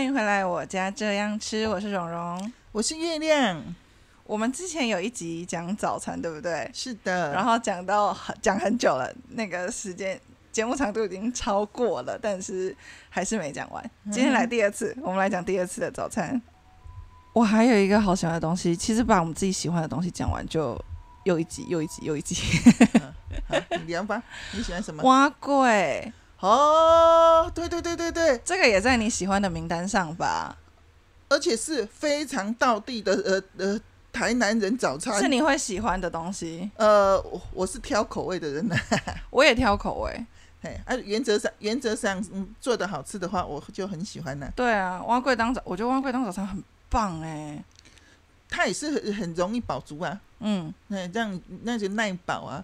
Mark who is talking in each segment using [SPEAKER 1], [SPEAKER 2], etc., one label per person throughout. [SPEAKER 1] 迎回来，我家这样吃，我是蓉蓉。
[SPEAKER 2] 我是月亮，
[SPEAKER 1] 我们之前有一集讲早餐，对不对？
[SPEAKER 2] 是 的。
[SPEAKER 1] 然后讲到很讲很久了，那个时间节目长度已经超过了，但是还是没讲完。今天来第二次，我们来讲第二次的早餐。我还有一个好喜欢的东西，其实把我们自己喜欢的东西讲完就又一集又一集又一集。
[SPEAKER 2] 好，你聊吧，你喜欢什么？
[SPEAKER 1] 蛙贵，
[SPEAKER 2] 哦，对对对对对，
[SPEAKER 1] 这个也在你喜欢的名单上吧？
[SPEAKER 2] 而且是非常道地的，呃呃，台南人早
[SPEAKER 1] 是
[SPEAKER 2] 餐。
[SPEAKER 1] 你会喜欢的东西。
[SPEAKER 2] 呃，我我是挑口味的人 呢、
[SPEAKER 1] 我也挑口味。
[SPEAKER 2] 哎，啊，原则上原则上，嗯，做的好吃的话，我就很喜欢呢、
[SPEAKER 1] 对啊，蛙贵当早，我觉得蛙贵当早餐很棒哎、
[SPEAKER 2] 它也是很很容易饱足啊，
[SPEAKER 1] 嗯，
[SPEAKER 2] 哎，让你那就耐饱啊。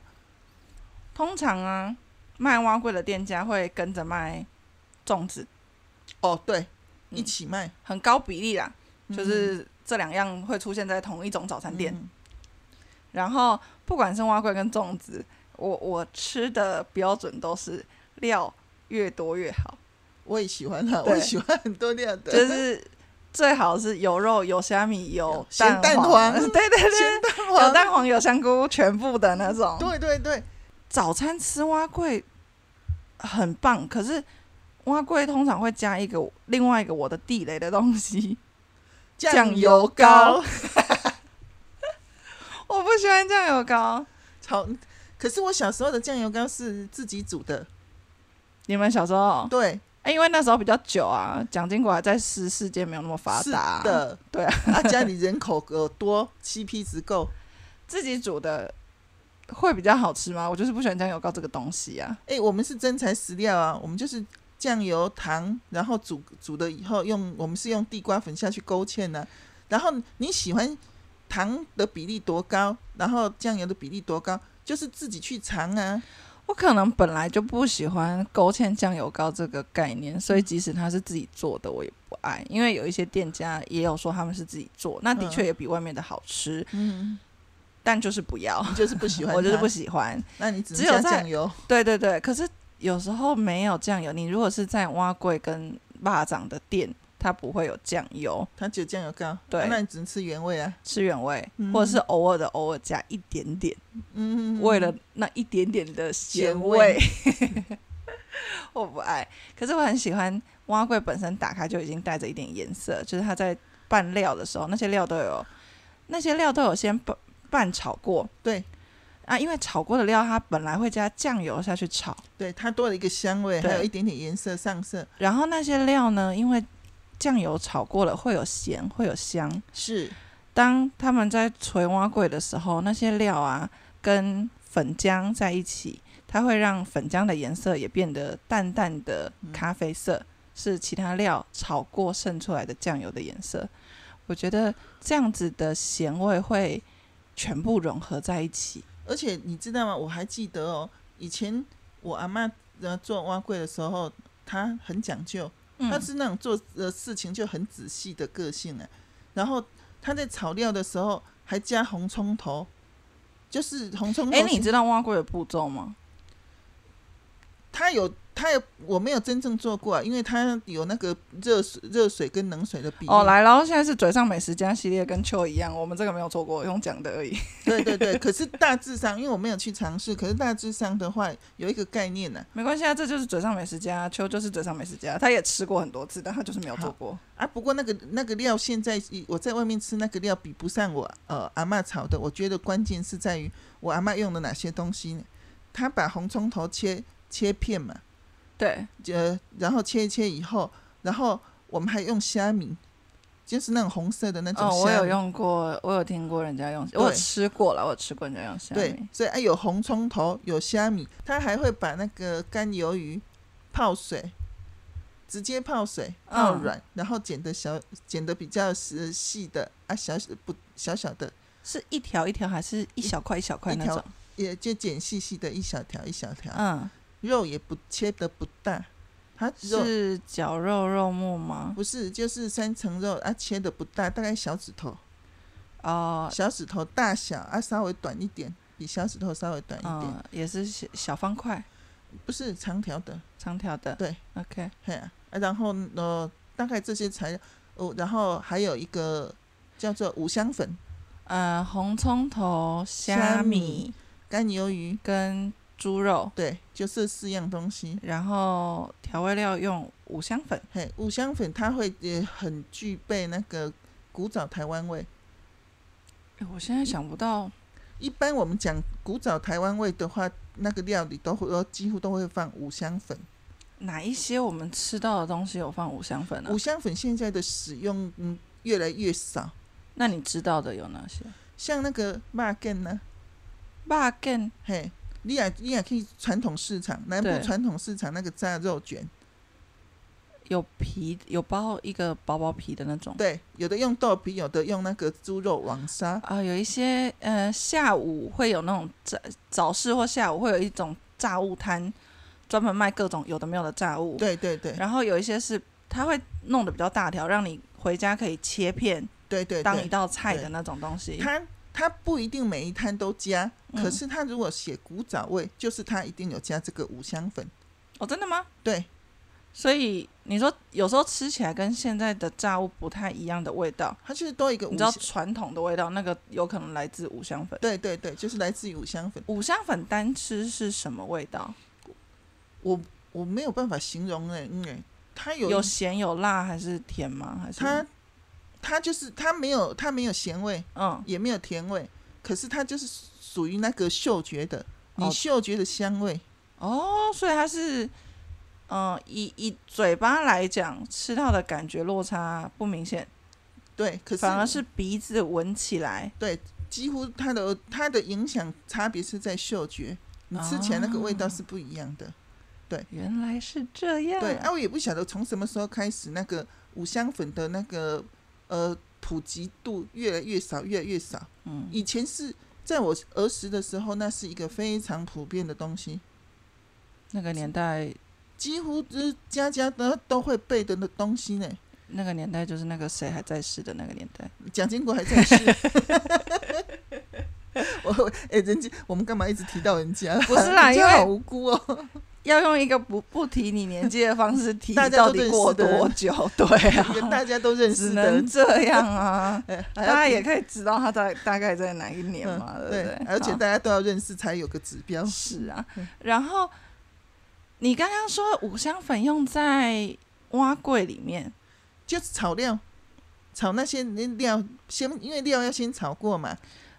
[SPEAKER 1] 通常啊，卖蛙贵的店家会跟着卖粽子，
[SPEAKER 2] 哦，对，
[SPEAKER 1] 嗯
[SPEAKER 2] 一起卖，
[SPEAKER 1] 很高比例啦，就是这两样会出现在同一种早餐店。
[SPEAKER 2] 嗯
[SPEAKER 1] 然后不管是蛙贵跟粽子，我我吃的标准都是料越多越好，
[SPEAKER 2] 我也喜欢啊，
[SPEAKER 1] 对
[SPEAKER 2] 我也喜欢很多料的，
[SPEAKER 1] 就是最好是有肉、有虾米、有
[SPEAKER 2] 咸蛋
[SPEAKER 1] 黄，
[SPEAKER 2] 黄
[SPEAKER 1] 对对对
[SPEAKER 2] 咸。蛋
[SPEAKER 1] 有
[SPEAKER 2] 黄，
[SPEAKER 1] 蛋黄、有香菇，全部的那种。
[SPEAKER 2] 对对对，
[SPEAKER 1] 早餐吃蛙桂很棒，可是蛙桂通常会加一个另外一个我的地雷的东西，酱
[SPEAKER 2] 酱
[SPEAKER 1] 油
[SPEAKER 2] 油
[SPEAKER 1] 膏
[SPEAKER 2] 膏。
[SPEAKER 1] 我不喜欢酱油膏。
[SPEAKER 2] 炒，可是我小时候的酱油膏是自己煮的，
[SPEAKER 1] 你们小时候，
[SPEAKER 2] 对，
[SPEAKER 1] 哎、因为那时候比较久啊，蒋经国还在世世界没有那么发
[SPEAKER 2] 是
[SPEAKER 1] 达、，
[SPEAKER 2] 的，
[SPEAKER 1] 对啊，
[SPEAKER 2] 啊，家里人口呃多，CP 值够。
[SPEAKER 1] 自己煮的会比较好吃吗？我就是不喜欢酱油膏这个东西啊。
[SPEAKER 2] 哎、我们是真材实料啊，我们就是酱油、糖，然后煮煮了以后用，我们是用地瓜粉下去勾芡呢、然后你喜欢糖的比例多高，然后酱油的比例多高，就是自己去尝啊。
[SPEAKER 1] 我可能本来就不喜欢勾芡酱油膏这个概念，
[SPEAKER 2] 嗯
[SPEAKER 1] 所以即使它是自己做的，我也不爱。因为有一些店家也有说他们是自己做，那的确也比外面的好吃，
[SPEAKER 2] 嗯，
[SPEAKER 1] 但就是不要，
[SPEAKER 2] 你就是不喜欢 它，
[SPEAKER 1] 我就是不喜欢。
[SPEAKER 2] 那你只
[SPEAKER 1] 只
[SPEAKER 2] 能
[SPEAKER 1] 有
[SPEAKER 2] 加
[SPEAKER 1] 在
[SPEAKER 2] 酱油。
[SPEAKER 1] 对对对，可是有时候没有酱油，你如果是在蛙柜跟蚂蚱的店，它不会有酱油，
[SPEAKER 2] 它只有酱油膏，
[SPEAKER 1] 对
[SPEAKER 2] 啊那你只能吃原味啊。
[SPEAKER 1] 吃原味，
[SPEAKER 2] 嗯
[SPEAKER 1] 或者是偶尔的偶尔加一点点。
[SPEAKER 2] 嗯，
[SPEAKER 1] 为了那一点点的咸
[SPEAKER 2] 咸
[SPEAKER 1] 味
[SPEAKER 2] 味，
[SPEAKER 1] 我不爱。可是我很喜欢蛙柜本身打开就已经带着一点颜色，就是它在拌料的时候，那些料都有，那些料都有先拌拌炒过
[SPEAKER 2] 对
[SPEAKER 1] 啊，因为炒过的料它本来会加酱油下去炒，
[SPEAKER 2] 对，它多了一个香味，
[SPEAKER 1] 对
[SPEAKER 2] 还有一点点颜色上色。
[SPEAKER 1] 然后那些料呢，因为酱油炒过了会有咸，会有香。
[SPEAKER 2] 是，
[SPEAKER 1] 当他们在捶蛙柜的时候，那些料啊跟粉浆在一起，它会让粉浆的颜色也变得淡淡的咖啡色，是其他料炒过渗出来的酱油的颜色。我觉得这样子的咸味会全部融合在一起。
[SPEAKER 2] 而且你知道吗？我还记得哦，以前我阿妈呃做蛙柜的时候，她很讲究，她
[SPEAKER 1] 嗯，
[SPEAKER 2] 是那种做呃事情就很仔细的个性啊。然后她在炒料的时候还加红葱头，就是红葱头
[SPEAKER 1] 哎、
[SPEAKER 2] 是。
[SPEAKER 1] 你知道蛙柜的步骤吗？
[SPEAKER 2] 她有她有我没有真正做过啊，因为她有那个热水热水跟冷水的比例。
[SPEAKER 1] 哦，来喽！现在是嘴上美食家系列，跟秋一样，我们这个没有做过，用讲的而已。
[SPEAKER 2] 对对对，可是大致上，因为我没有去尝试，可是大致上的话有一个概念呢、
[SPEAKER 1] 没关系啊，这就是嘴上美食家，秋就是嘴上美食家，啊他也吃过很多次，但他就是没有做过。
[SPEAKER 2] 啊，不过那个那个料，现在我在外面吃那个料比不上我呃阿嬷炒的。我觉得关键是在于我阿嬷用了哪些东西呢？她把红葱头切切片嘛，
[SPEAKER 1] 对，
[SPEAKER 2] 呃，然后切一切以后，然后我们还用虾米，就是那种红色的那种
[SPEAKER 1] 哦，我
[SPEAKER 2] 虾
[SPEAKER 1] 有
[SPEAKER 2] 米。
[SPEAKER 1] 用过，我有听过人家用，我有吃过了，我有吃过人家用虾米。
[SPEAKER 2] 对，所以啊有红葱头，有虾米，她还会把那个干鱿鱼泡水，直接泡水泡
[SPEAKER 1] 嗯
[SPEAKER 2] 软，然后剪的小剪的比较细细的啊，小不小小的。
[SPEAKER 1] 是一条一条还是一小块一小块那
[SPEAKER 2] 一
[SPEAKER 1] 种
[SPEAKER 2] 条？也就剪细细的一小条一小条，
[SPEAKER 1] 嗯，
[SPEAKER 2] 肉也不切的不大，它肉
[SPEAKER 1] 是绞肉肉末吗？
[SPEAKER 2] 不是就是三层肉啊，切的不大，大概小指头
[SPEAKER 1] 哦，
[SPEAKER 2] 小指头大小啊，稍微短一点，比小指头稍微短一点，
[SPEAKER 1] 嗯，也是小小方块
[SPEAKER 2] 不是长条的，
[SPEAKER 1] 长条的。
[SPEAKER 2] 对
[SPEAKER 1] ，OK，
[SPEAKER 2] 嘿啊，啊然后呢大概这些材料哦，然后还有一个叫做五香粉、
[SPEAKER 1] 呃，红葱头、
[SPEAKER 2] 虾
[SPEAKER 1] 虾
[SPEAKER 2] 米
[SPEAKER 1] 米
[SPEAKER 2] 干鱿鱼，
[SPEAKER 1] 跟猪肉，
[SPEAKER 2] 对，就这四样东西。
[SPEAKER 1] 然后调味料用五香粉，
[SPEAKER 2] 嘿，五香粉它会也很具备那个古早台湾味。
[SPEAKER 1] 诶哎我现在想不到，
[SPEAKER 2] 一般我们讲古早台湾味的话，那个料理都会都几乎都会放五香粉。
[SPEAKER 1] 哪一些我们吃到的东西有放五香粉啊
[SPEAKER 2] 五？香粉现在的使用嗯越来越少，
[SPEAKER 1] 那你知道的有哪些？
[SPEAKER 2] 像那个麻根呢，
[SPEAKER 1] 辣根
[SPEAKER 2] 嘿，你也你也可以传统市场南部
[SPEAKER 1] 对
[SPEAKER 2] 传统市场那个炸肉卷，
[SPEAKER 1] 有皮有包一个薄薄皮的那种，
[SPEAKER 2] 对，有的用豆皮，有的用那个猪肉网沙，
[SPEAKER 1] 啊、有一些呃下午会有那种早早市或下午会有一种炸物摊，专门卖各种有的没有的炸物，
[SPEAKER 2] 对对对
[SPEAKER 1] 然后有一些是它会弄得比较大条，让你回家可以切片
[SPEAKER 2] 对对
[SPEAKER 1] 当一
[SPEAKER 2] 对，
[SPEAKER 1] 道菜
[SPEAKER 2] 对
[SPEAKER 1] 的那种东西。
[SPEAKER 2] 它它不一定每一摊都加，
[SPEAKER 1] 嗯
[SPEAKER 2] 可是它如果写古早味，就是它一定有加这个五香粉，
[SPEAKER 1] 哦，真的吗？
[SPEAKER 2] 对
[SPEAKER 1] 所以你说有时候吃起来跟现在的炸物不太一样的味道，
[SPEAKER 2] 它就是多一个
[SPEAKER 1] 你
[SPEAKER 2] 五
[SPEAKER 1] 知道
[SPEAKER 2] 香，
[SPEAKER 1] 传统的味道那个有可能来自五香粉。
[SPEAKER 2] 对对对，就是来自于五香粉。
[SPEAKER 1] 五香粉单吃是什么味道？
[SPEAKER 2] 我我没有办法形容哎、嗯、欸，它有
[SPEAKER 1] 有咸有辣还是甜吗？还是
[SPEAKER 2] 它它就是它没有它没有咸味，
[SPEAKER 1] 嗯
[SPEAKER 2] 也没有甜味，可是它就是属于那个嗅觉的，你
[SPEAKER 1] 哦
[SPEAKER 2] 嗅觉的香味，
[SPEAKER 1] 哦，所以它是嗯、呃以以嘴巴来讲吃到的感觉落差不明显，
[SPEAKER 2] 对，可是
[SPEAKER 1] 反而是鼻子闻起来
[SPEAKER 2] 对，几乎它的它的影响差别是在嗅觉，你吃起来那个味道是不一样的。
[SPEAKER 1] 哦原来是这样。
[SPEAKER 2] 对，啊，我也不晓得从什么时候开始，那个五香粉的那个呃普及度越来越少，越来越少。
[SPEAKER 1] 嗯，
[SPEAKER 2] 以前是在我儿时的时候，那是一个非常普遍的东西，
[SPEAKER 1] 那个年代，
[SPEAKER 2] 几乎就是家家都都会备的的东西呢。
[SPEAKER 1] 那个年代就是那个谁还在世的那个年代。
[SPEAKER 2] 蒋经国还在世。 我哎、人家我们干嘛一直提到人家？
[SPEAKER 1] 不是 啦
[SPEAKER 2] 人
[SPEAKER 1] 因
[SPEAKER 2] 家
[SPEAKER 1] 为
[SPEAKER 2] 好无辜哦。
[SPEAKER 1] 要用一个不不提你年纪的方式 提
[SPEAKER 2] 大
[SPEAKER 1] 你
[SPEAKER 2] 家都
[SPEAKER 1] 到底过多久？对
[SPEAKER 2] 一个
[SPEAKER 1] 啊，
[SPEAKER 2] 大家都认
[SPEAKER 1] 只
[SPEAKER 2] 识的。
[SPEAKER 1] 能，这样啊
[SPEAKER 2] 哎
[SPEAKER 1] 大
[SPEAKER 2] 还要
[SPEAKER 1] 家
[SPEAKER 2] 提
[SPEAKER 1] 也可以知道他大大概在哪一年嘛，
[SPEAKER 2] 嗯
[SPEAKER 1] 对不
[SPEAKER 2] 而且
[SPEAKER 1] 好
[SPEAKER 2] 大家都要认识才有个指标。
[SPEAKER 1] 是啊
[SPEAKER 2] 嗯，
[SPEAKER 1] 然后你刚刚说五香粉用在蛙柜里面，
[SPEAKER 2] 就是炒料，炒那些料，先因为料要先炒过嘛，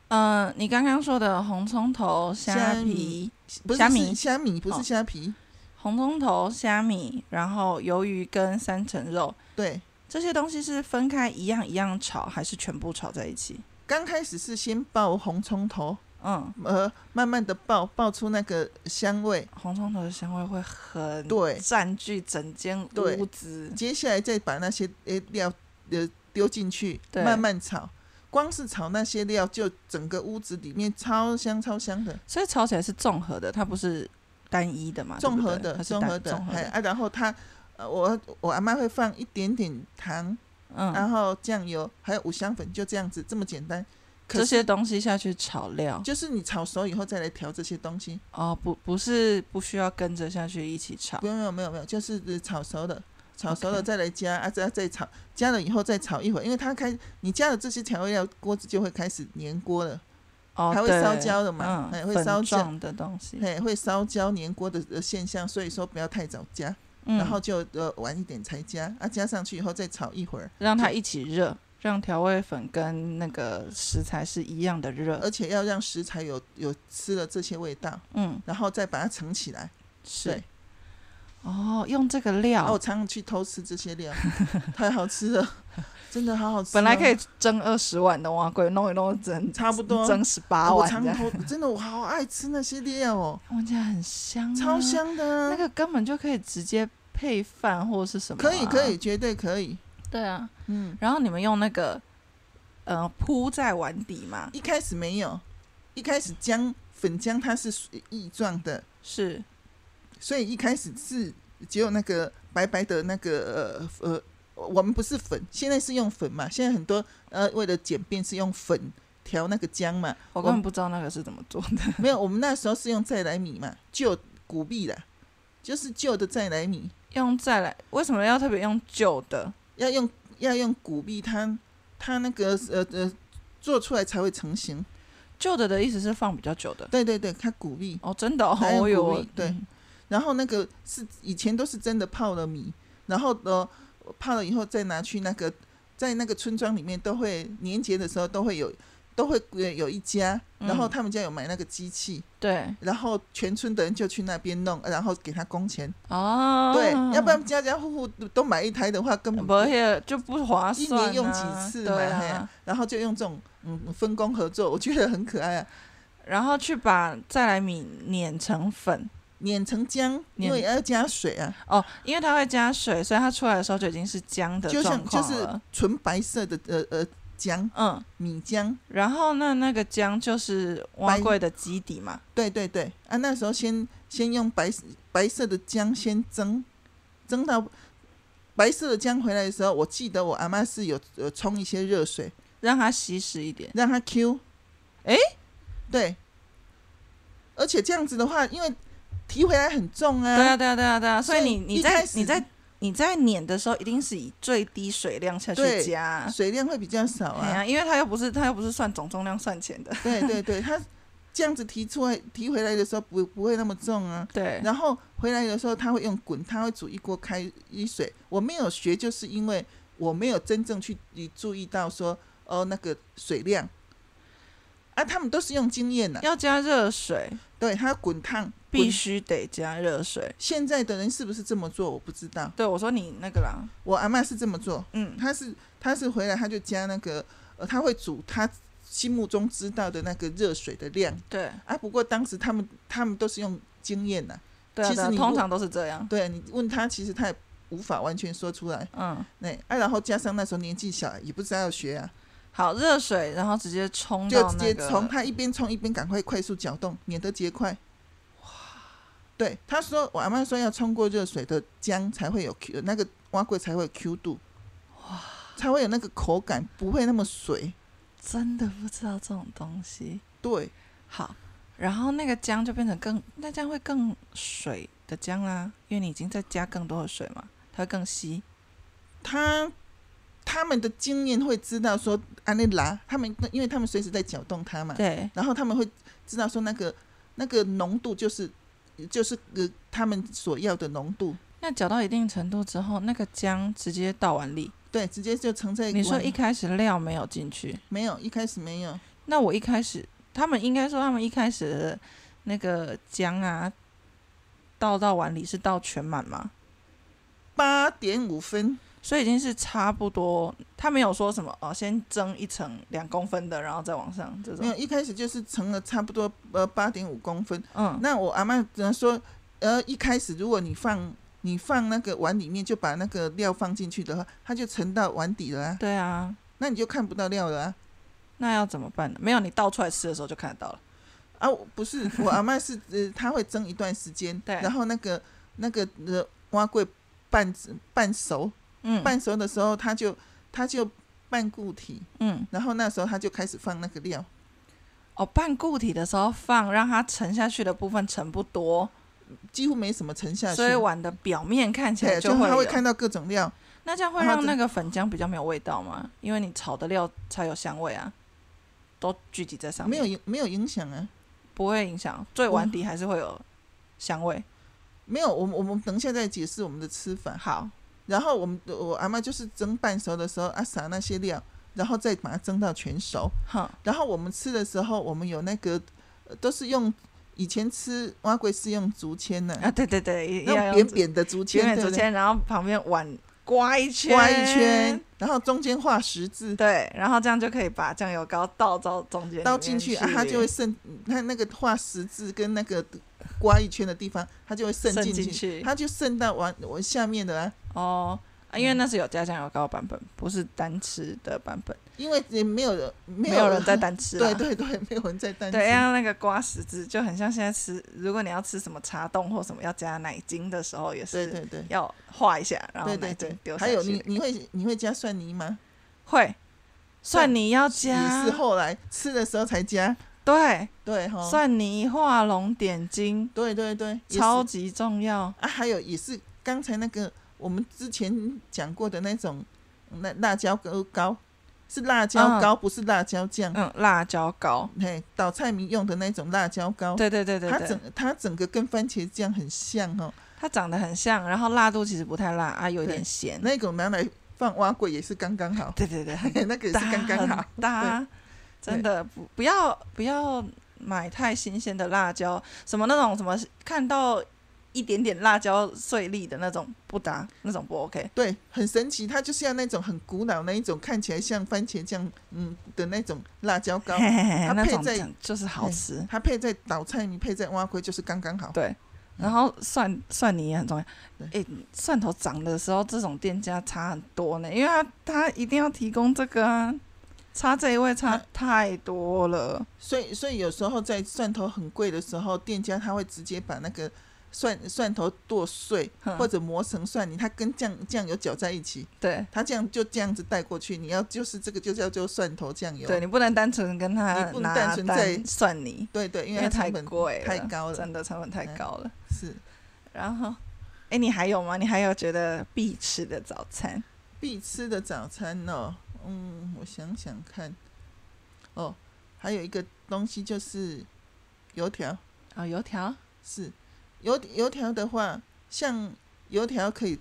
[SPEAKER 1] 嗯、你刚刚说的红葱头、虾
[SPEAKER 2] 虾米
[SPEAKER 1] 皮、
[SPEAKER 2] 不是
[SPEAKER 1] 虾
[SPEAKER 2] 是
[SPEAKER 1] 米
[SPEAKER 2] 虾米不是
[SPEAKER 1] 哦
[SPEAKER 2] 虾皮，
[SPEAKER 1] 红葱头、虾米，然后鱿鱼跟三层肉，
[SPEAKER 2] 对，
[SPEAKER 1] 这些东西是分开一样一样炒，还是全部炒在一起？
[SPEAKER 2] 刚开始是先爆红葱头，
[SPEAKER 1] 嗯，
[SPEAKER 2] 呃，慢慢的爆爆出那个香味，
[SPEAKER 1] 红葱头的香味会很
[SPEAKER 2] 对，
[SPEAKER 1] 占据整间
[SPEAKER 2] 对
[SPEAKER 1] 屋子，
[SPEAKER 2] 接下来再把那些诶料呃丢进去，
[SPEAKER 1] 对
[SPEAKER 2] 慢慢炒。光是炒那些料，就整个屋子里面超香超香的，
[SPEAKER 1] 所以炒起来是综合的，它不是单一的嘛？对不
[SPEAKER 2] 综合
[SPEAKER 1] 对
[SPEAKER 2] 的，
[SPEAKER 1] 它是
[SPEAKER 2] 综
[SPEAKER 1] 单
[SPEAKER 2] 合的
[SPEAKER 1] 综，合
[SPEAKER 2] 哎
[SPEAKER 1] 的，
[SPEAKER 2] 啊，然后它，呃，我我阿妈会放一点点糖，
[SPEAKER 1] 嗯，
[SPEAKER 2] 然后酱油，还有五香粉，就这样子，这么简单。可
[SPEAKER 1] 这
[SPEAKER 2] 是
[SPEAKER 1] 些东西下去炒料
[SPEAKER 2] 就是你炒熟以后再来调这些东西，
[SPEAKER 1] 哦，不不是不需要跟着下去一起炒
[SPEAKER 2] 不，用，没有，没有，没有，就是呃炒熟了，炒熟了
[SPEAKER 1] OK
[SPEAKER 2] 再来加啊，再再炒，加了以后再炒一会儿，因为它开你加了这些调味料，锅子就会开始粘锅了，
[SPEAKER 1] 哦，
[SPEAKER 2] 还会
[SPEAKER 1] 对
[SPEAKER 2] 烧焦的嘛哎
[SPEAKER 1] 嗯，
[SPEAKER 2] 会
[SPEAKER 1] 粉
[SPEAKER 2] 烧焦
[SPEAKER 1] 状的东西，
[SPEAKER 2] 嘿，会烧焦粘锅的呃现象，所以说不要太早加，
[SPEAKER 1] 嗯，
[SPEAKER 2] 然后就呃晚一点才加啊，加上去以后再炒一会儿，
[SPEAKER 1] 让它一起热，让调味粉跟那个食材是一样的热，
[SPEAKER 2] 而且要让食材有有吃了这些味道，
[SPEAKER 1] 嗯，
[SPEAKER 2] 然后再把它盛起来。
[SPEAKER 1] 是
[SPEAKER 2] 对。
[SPEAKER 1] 哦，用这个料，
[SPEAKER 2] 啊，我常常去偷吃这些料， 太好吃了，真的好好吃哦。
[SPEAKER 1] 本来可
[SPEAKER 2] 以
[SPEAKER 1] 以蒸二十碗的蛙龟，弄一弄蒸
[SPEAKER 2] 差不多
[SPEAKER 1] 蒸十
[SPEAKER 2] 啊，
[SPEAKER 1] 八
[SPEAKER 2] 我
[SPEAKER 1] 碗
[SPEAKER 2] 常
[SPEAKER 1] 这样，
[SPEAKER 2] 偷，真的我好爱吃那些 料哦，
[SPEAKER 1] 闻起来很香、
[SPEAKER 2] 超，香的啊、
[SPEAKER 1] 那个根本就可以直接配饭或是什么、啊
[SPEAKER 2] 可以可以，，绝对可以。
[SPEAKER 1] 对啊，
[SPEAKER 2] 嗯，
[SPEAKER 1] 然后你们用那个呃铺在碗底嘛，
[SPEAKER 2] 一开始没有，一开始姜粉姜它是水液状的，
[SPEAKER 1] 是
[SPEAKER 2] 所以一开始是只有那个白白的那个呃呃，我们不是粉，现在是用粉嘛，现在很多呃为了简便是用粉调那个姜嘛，
[SPEAKER 1] 我根本不知道那个是怎么做的。
[SPEAKER 2] 没有，我们那时候是用再来米嘛，旧古币啦，就是旧的再来米。
[SPEAKER 1] 用再来，为什么要特别用旧的？
[SPEAKER 2] 要用要用鼓壁它它那个呃呃做出来才会成型。
[SPEAKER 1] 旧的的意思是放比较久的。
[SPEAKER 2] 对对对，它鼓壁，
[SPEAKER 1] 哦，真的哦
[SPEAKER 2] 还，有
[SPEAKER 1] 我
[SPEAKER 2] 谷
[SPEAKER 1] 有
[SPEAKER 2] 粒对然后那个是以前都是真的泡了米，然后呢泡了以后再拿去那个在那个村庄里面都会年节的时候都会有都会呃有一家，然后
[SPEAKER 1] 嗯
[SPEAKER 2] 他们家有买那个机器，
[SPEAKER 1] 对
[SPEAKER 2] 然后全村的人就去那边弄，然后给他工钱。
[SPEAKER 1] 哦，
[SPEAKER 2] 对，要不然家家户户都买一台的话，根本
[SPEAKER 1] 不也就不划
[SPEAKER 2] 一
[SPEAKER 1] 算、啊，
[SPEAKER 2] 年用几次嘛，
[SPEAKER 1] 对
[SPEAKER 2] 嘿
[SPEAKER 1] 啊。
[SPEAKER 2] 然后就用这种嗯分工合作，我觉得很可爱啊。
[SPEAKER 1] 然后去把再来米碾成粉
[SPEAKER 2] 碾成浆，因
[SPEAKER 1] 碾
[SPEAKER 2] 为要加水啊，
[SPEAKER 1] 哦，因为它会加水，所以它出来的时候就已经是浆的
[SPEAKER 2] 就
[SPEAKER 1] 状
[SPEAKER 2] 像就
[SPEAKER 1] 况了。
[SPEAKER 2] 是纯白色的呃呃浆，
[SPEAKER 1] 嗯，
[SPEAKER 2] 米浆。
[SPEAKER 1] 然后那那个浆就是蛙
[SPEAKER 2] 白
[SPEAKER 1] 柜的基底嘛，
[SPEAKER 2] 对对对啊，那时候先先用白白色的姜先蒸，蒸到白色的姜回来的时候，我记得我阿妈是有呃冲一些热水
[SPEAKER 1] 让它稀释一点。
[SPEAKER 2] 让它 Q。
[SPEAKER 1] 诶
[SPEAKER 2] 对，而且这样子的话，因为提回来很重啊，
[SPEAKER 1] 对啊，对啊，对啊，对啊。所以你
[SPEAKER 2] 一
[SPEAKER 1] 你
[SPEAKER 2] 开
[SPEAKER 1] 在
[SPEAKER 2] 始
[SPEAKER 1] 你在你在碾的时候，一定是以最低水量下
[SPEAKER 2] 对
[SPEAKER 1] 去加啊。
[SPEAKER 2] 水量会比较少
[SPEAKER 1] 哎
[SPEAKER 2] 啊。
[SPEAKER 1] 呀，因为它又不是它又不是算总重量算钱的，
[SPEAKER 2] 对对对，它这样子提出来提回来的时候不不会那么重啊。
[SPEAKER 1] 对，
[SPEAKER 2] 然后回来的时候，他会用滚，他会煮一锅开一水。我没有学，就是因为我没有真正去注意到说，哦，那个水量啊，他们都是用经验的、
[SPEAKER 1] 要加热水，
[SPEAKER 2] 对，他滚烫，
[SPEAKER 1] 必
[SPEAKER 2] 滚。
[SPEAKER 1] 须得加热水。
[SPEAKER 2] 现在的人是不是这么做？我不知道。
[SPEAKER 1] 对，我说你那个啦，
[SPEAKER 2] 我阿嬷是这么做，
[SPEAKER 1] 嗯，
[SPEAKER 2] 她是她是回来，她就加那个，呃，她会煮她心目中知道的那个热水的量
[SPEAKER 1] 对，
[SPEAKER 2] 啊。不过当时他们他们都是用经验的、
[SPEAKER 1] 对啊，
[SPEAKER 2] 其实
[SPEAKER 1] 对啊
[SPEAKER 2] 你
[SPEAKER 1] 通
[SPEAKER 2] 不
[SPEAKER 1] 常都是这样。
[SPEAKER 2] 对啊你问他，其实他也无法完全说出来。
[SPEAKER 1] 嗯，
[SPEAKER 2] 那、啊，然后加上那时候年纪小，也不知道要学啊，
[SPEAKER 1] 好，热水，然后直接冲
[SPEAKER 2] 就
[SPEAKER 1] 到
[SPEAKER 2] 直
[SPEAKER 1] 那
[SPEAKER 2] 接
[SPEAKER 1] 个
[SPEAKER 2] 从他一边冲一边赶快快速搅动，免得结块。哇！对，他说我阿妈说要冲过热水的姜才会有 Q，那个呃蛙桂才会有 Q 度，哇，才会有那个口感，不会那么水。
[SPEAKER 1] 真的不知道这种东西。
[SPEAKER 2] 对，
[SPEAKER 1] 好，然后那个姜就变成更，那这样会更水的姜啦、因为你已经在加更多的水嘛，它会更稀。
[SPEAKER 2] 他他们的经验会知道说安内拉，他们因为他们随时在搅动它嘛，
[SPEAKER 1] 对，
[SPEAKER 2] 然后他们会知道说那个那个浓度就是就是呃他们所要的浓度。
[SPEAKER 1] 那搅到一定程度之后，那个姜直接倒碗里。
[SPEAKER 2] 对，直接就盛在
[SPEAKER 1] 你说
[SPEAKER 2] 碗
[SPEAKER 1] 一开始料没有进去，
[SPEAKER 2] 没有，一开始没有，
[SPEAKER 1] 那我一开始他们应该说他们一开始的那个姜啊，倒到碗里是倒全满吗？
[SPEAKER 2] 八点五分，
[SPEAKER 1] 所以已经是差不多，他没有说什么哦，先蒸一层两公分的，然后再往上这
[SPEAKER 2] 没有，
[SPEAKER 1] 种。
[SPEAKER 2] 一开始就是盛了差不多呃八点五公分。
[SPEAKER 1] 嗯，
[SPEAKER 2] 那我阿妈只能说，呃，一开始如果你放你放那个碗里面，就把那个料放进去的话，它就沉到碗底了啊，
[SPEAKER 1] 对啊，
[SPEAKER 2] 那你就看不到料了啊。
[SPEAKER 1] 那要怎么办呢？没有，你倒出来吃的时候就看得到了。
[SPEAKER 2] 啊，我不是，我阿妈是呃，她会蒸一段时间，
[SPEAKER 1] 对
[SPEAKER 2] 然后那个那个呃蛙桂半半熟，
[SPEAKER 1] 嗯
[SPEAKER 2] 半熟的时候，它就它就半固体，
[SPEAKER 1] 嗯，
[SPEAKER 2] 然后那时候它就开始放那个料。
[SPEAKER 1] 哦，半固体的时候放，让它沉下去的部分沉不多，
[SPEAKER 2] 几乎没什么沉下去，
[SPEAKER 1] 所以碗的表面看起
[SPEAKER 2] 对，
[SPEAKER 1] 来
[SPEAKER 2] 就
[SPEAKER 1] 会
[SPEAKER 2] 他会
[SPEAKER 1] 有
[SPEAKER 2] 看到各种料，
[SPEAKER 1] 那这样会
[SPEAKER 2] 然后
[SPEAKER 1] 让
[SPEAKER 2] 这
[SPEAKER 1] 那个粉浆比较没有味道吗？因为你炒的料才有香味啊，都聚集在上
[SPEAKER 2] 没
[SPEAKER 1] 面，
[SPEAKER 2] 有影没有影响啊，
[SPEAKER 1] 不会影响，最碗底还是会有香
[SPEAKER 2] 嗯
[SPEAKER 1] 味。
[SPEAKER 2] 没有。我们我们等一下再解释我们的吃法。
[SPEAKER 1] 好，
[SPEAKER 2] 然后我们我阿妈就是蒸半熟的时候啊，撒那些料，然后再把它蒸到全熟。
[SPEAKER 1] 哼，
[SPEAKER 2] 然后我们吃的时候，我们有那个、呃都是用以前吃蛙龟是用竹签呢、
[SPEAKER 1] 啊，对对对，
[SPEAKER 2] 那
[SPEAKER 1] 要
[SPEAKER 2] 种
[SPEAKER 1] 用
[SPEAKER 2] 扁
[SPEAKER 1] 这
[SPEAKER 2] 扁的竹签，
[SPEAKER 1] 前面
[SPEAKER 2] 对
[SPEAKER 1] 竹
[SPEAKER 2] 不对？
[SPEAKER 1] 签，然后旁边碗刮一圈，
[SPEAKER 2] 刮一圈，，然后中间画十字。
[SPEAKER 1] 对，然后这样就可以把酱油膏倒到中间，
[SPEAKER 2] 倒进去啊，它就会渗，它那个画十字跟那个刮一圈的地方，它就会渗
[SPEAKER 1] 渗
[SPEAKER 2] 进
[SPEAKER 1] 进
[SPEAKER 2] 去，
[SPEAKER 1] 去。
[SPEAKER 2] 它就渗到碗我下面的啊，
[SPEAKER 1] 哦，啊因为那是有加酱油膏的版本，不是单吃的版本，
[SPEAKER 2] 因为也没有人嗯没
[SPEAKER 1] 没
[SPEAKER 2] 有
[SPEAKER 1] 有 人在单吃啦
[SPEAKER 2] 对。对对，没有人在单吃。
[SPEAKER 1] 对，要那个刮十字，就很像现在吃，如果你要吃什么茶冻或什么要加奶精的时候，也
[SPEAKER 2] 对
[SPEAKER 1] 是
[SPEAKER 2] 对对
[SPEAKER 1] 要画一下，然后
[SPEAKER 2] 对
[SPEAKER 1] 奶
[SPEAKER 2] 对
[SPEAKER 1] 精
[SPEAKER 2] 对，
[SPEAKER 1] 丢下
[SPEAKER 2] 还
[SPEAKER 1] 去。
[SPEAKER 2] 有你你会你会加蒜泥吗？
[SPEAKER 1] 会蒜
[SPEAKER 2] 蒜
[SPEAKER 1] 泥要
[SPEAKER 2] 你
[SPEAKER 1] 加
[SPEAKER 2] 是，后来吃的时候才加，
[SPEAKER 1] 对，
[SPEAKER 2] 对哈，
[SPEAKER 1] 蒜泥、画龙点睛，
[SPEAKER 2] 对对对，哦也是
[SPEAKER 1] 超级重要。
[SPEAKER 2] 啊，还有也是刚才那个我们之前讲过的那种那辣椒膏膏是辣椒膏，不是辣椒酱。
[SPEAKER 1] 嗯，辣椒膏，
[SPEAKER 2] 嘿，倒菜迷用的那种辣椒膏，
[SPEAKER 1] 对对对对
[SPEAKER 2] 哦它
[SPEAKER 1] 对，
[SPEAKER 2] 整它整个跟番茄酱很像哦。
[SPEAKER 1] 它长得很像，然后辣度其实不太辣啊，有一点
[SPEAKER 2] 对
[SPEAKER 1] 咸。
[SPEAKER 2] 那种拿来放蛙桂也是刚刚好，
[SPEAKER 1] 对对对，很
[SPEAKER 2] 嘿那个也
[SPEAKER 1] 搭
[SPEAKER 2] 是刚刚好
[SPEAKER 1] 很。 搭，真的不不要不要买太新鲜的辣椒，什么那种什么看到一点点辣椒碎粒的那种不搭，那种不 OK。
[SPEAKER 2] 对，很神奇，它就是要那种很古老那一种，看起来像番茄酱嗯的那种辣椒 膏，
[SPEAKER 1] 嘿嘿嘿
[SPEAKER 2] 它
[SPEAKER 1] 那
[SPEAKER 2] 配
[SPEAKER 1] 种
[SPEAKER 2] 在嗯
[SPEAKER 1] 酱就是好吃。
[SPEAKER 2] 它配在倒菜泥，配在蛙龟就是刚刚好。
[SPEAKER 1] 对，然后蒜蒜泥也很重要。哎、
[SPEAKER 2] 对
[SPEAKER 1] 蒜头涨的时候，这种店家差很多呢，因为他他一定要提供这个啊，差这一位差
[SPEAKER 2] 啊
[SPEAKER 1] 太多了。
[SPEAKER 2] 所以所以有时候在蒜头很贵的时候，店家他会直接把那个蒜蒜头剁碎
[SPEAKER 1] 哼
[SPEAKER 2] 或者磨成蒜泥，它跟酱酱油搅在一起，
[SPEAKER 1] 对
[SPEAKER 2] 它这样就这样子带过去。你要就是这个就叫做蒜头酱油。
[SPEAKER 1] 对，你不能单纯跟他
[SPEAKER 2] 你不能
[SPEAKER 1] 拿
[SPEAKER 2] 单纯在
[SPEAKER 1] 单蒜泥，
[SPEAKER 2] 对对，因
[SPEAKER 1] 因
[SPEAKER 2] 为它
[SPEAKER 1] 为太
[SPEAKER 2] 成本
[SPEAKER 1] 贵了，
[SPEAKER 2] 太高了，
[SPEAKER 1] 真的成本太高了。
[SPEAKER 2] 是
[SPEAKER 1] 然后，哎，你还有吗？你还有觉得必吃的早餐？
[SPEAKER 2] 必吃的早餐哦。嗯，我想想看，哦，还有一个东西就是油条，
[SPEAKER 1] 哦，油条，
[SPEAKER 2] 是油油条的话，像油条可以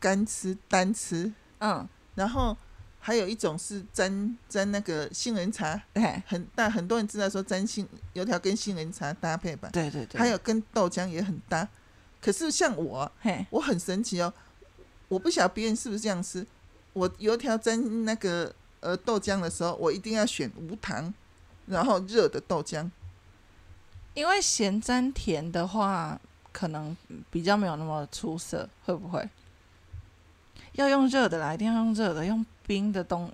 [SPEAKER 2] 干吃、单吃，
[SPEAKER 1] 嗯，
[SPEAKER 2] 然后还有一种是沾沾那个杏仁茶，
[SPEAKER 1] 对，
[SPEAKER 2] 很大很多人知道说沾杏油条跟杏仁茶搭配吧，
[SPEAKER 1] 对对对，
[SPEAKER 2] 还有跟豆浆也很搭。可是像我啊、
[SPEAKER 1] 嘿，
[SPEAKER 2] 我很神奇哦，我不晓得别人是不是这样吃。我油条沾那个呃豆浆的时候，我一定要选无糖，然后热的豆浆。
[SPEAKER 1] 因为咸沾甜的话，可能比较没有那么出色，会不会？要用热的啦，一定要用热的，用冰的东，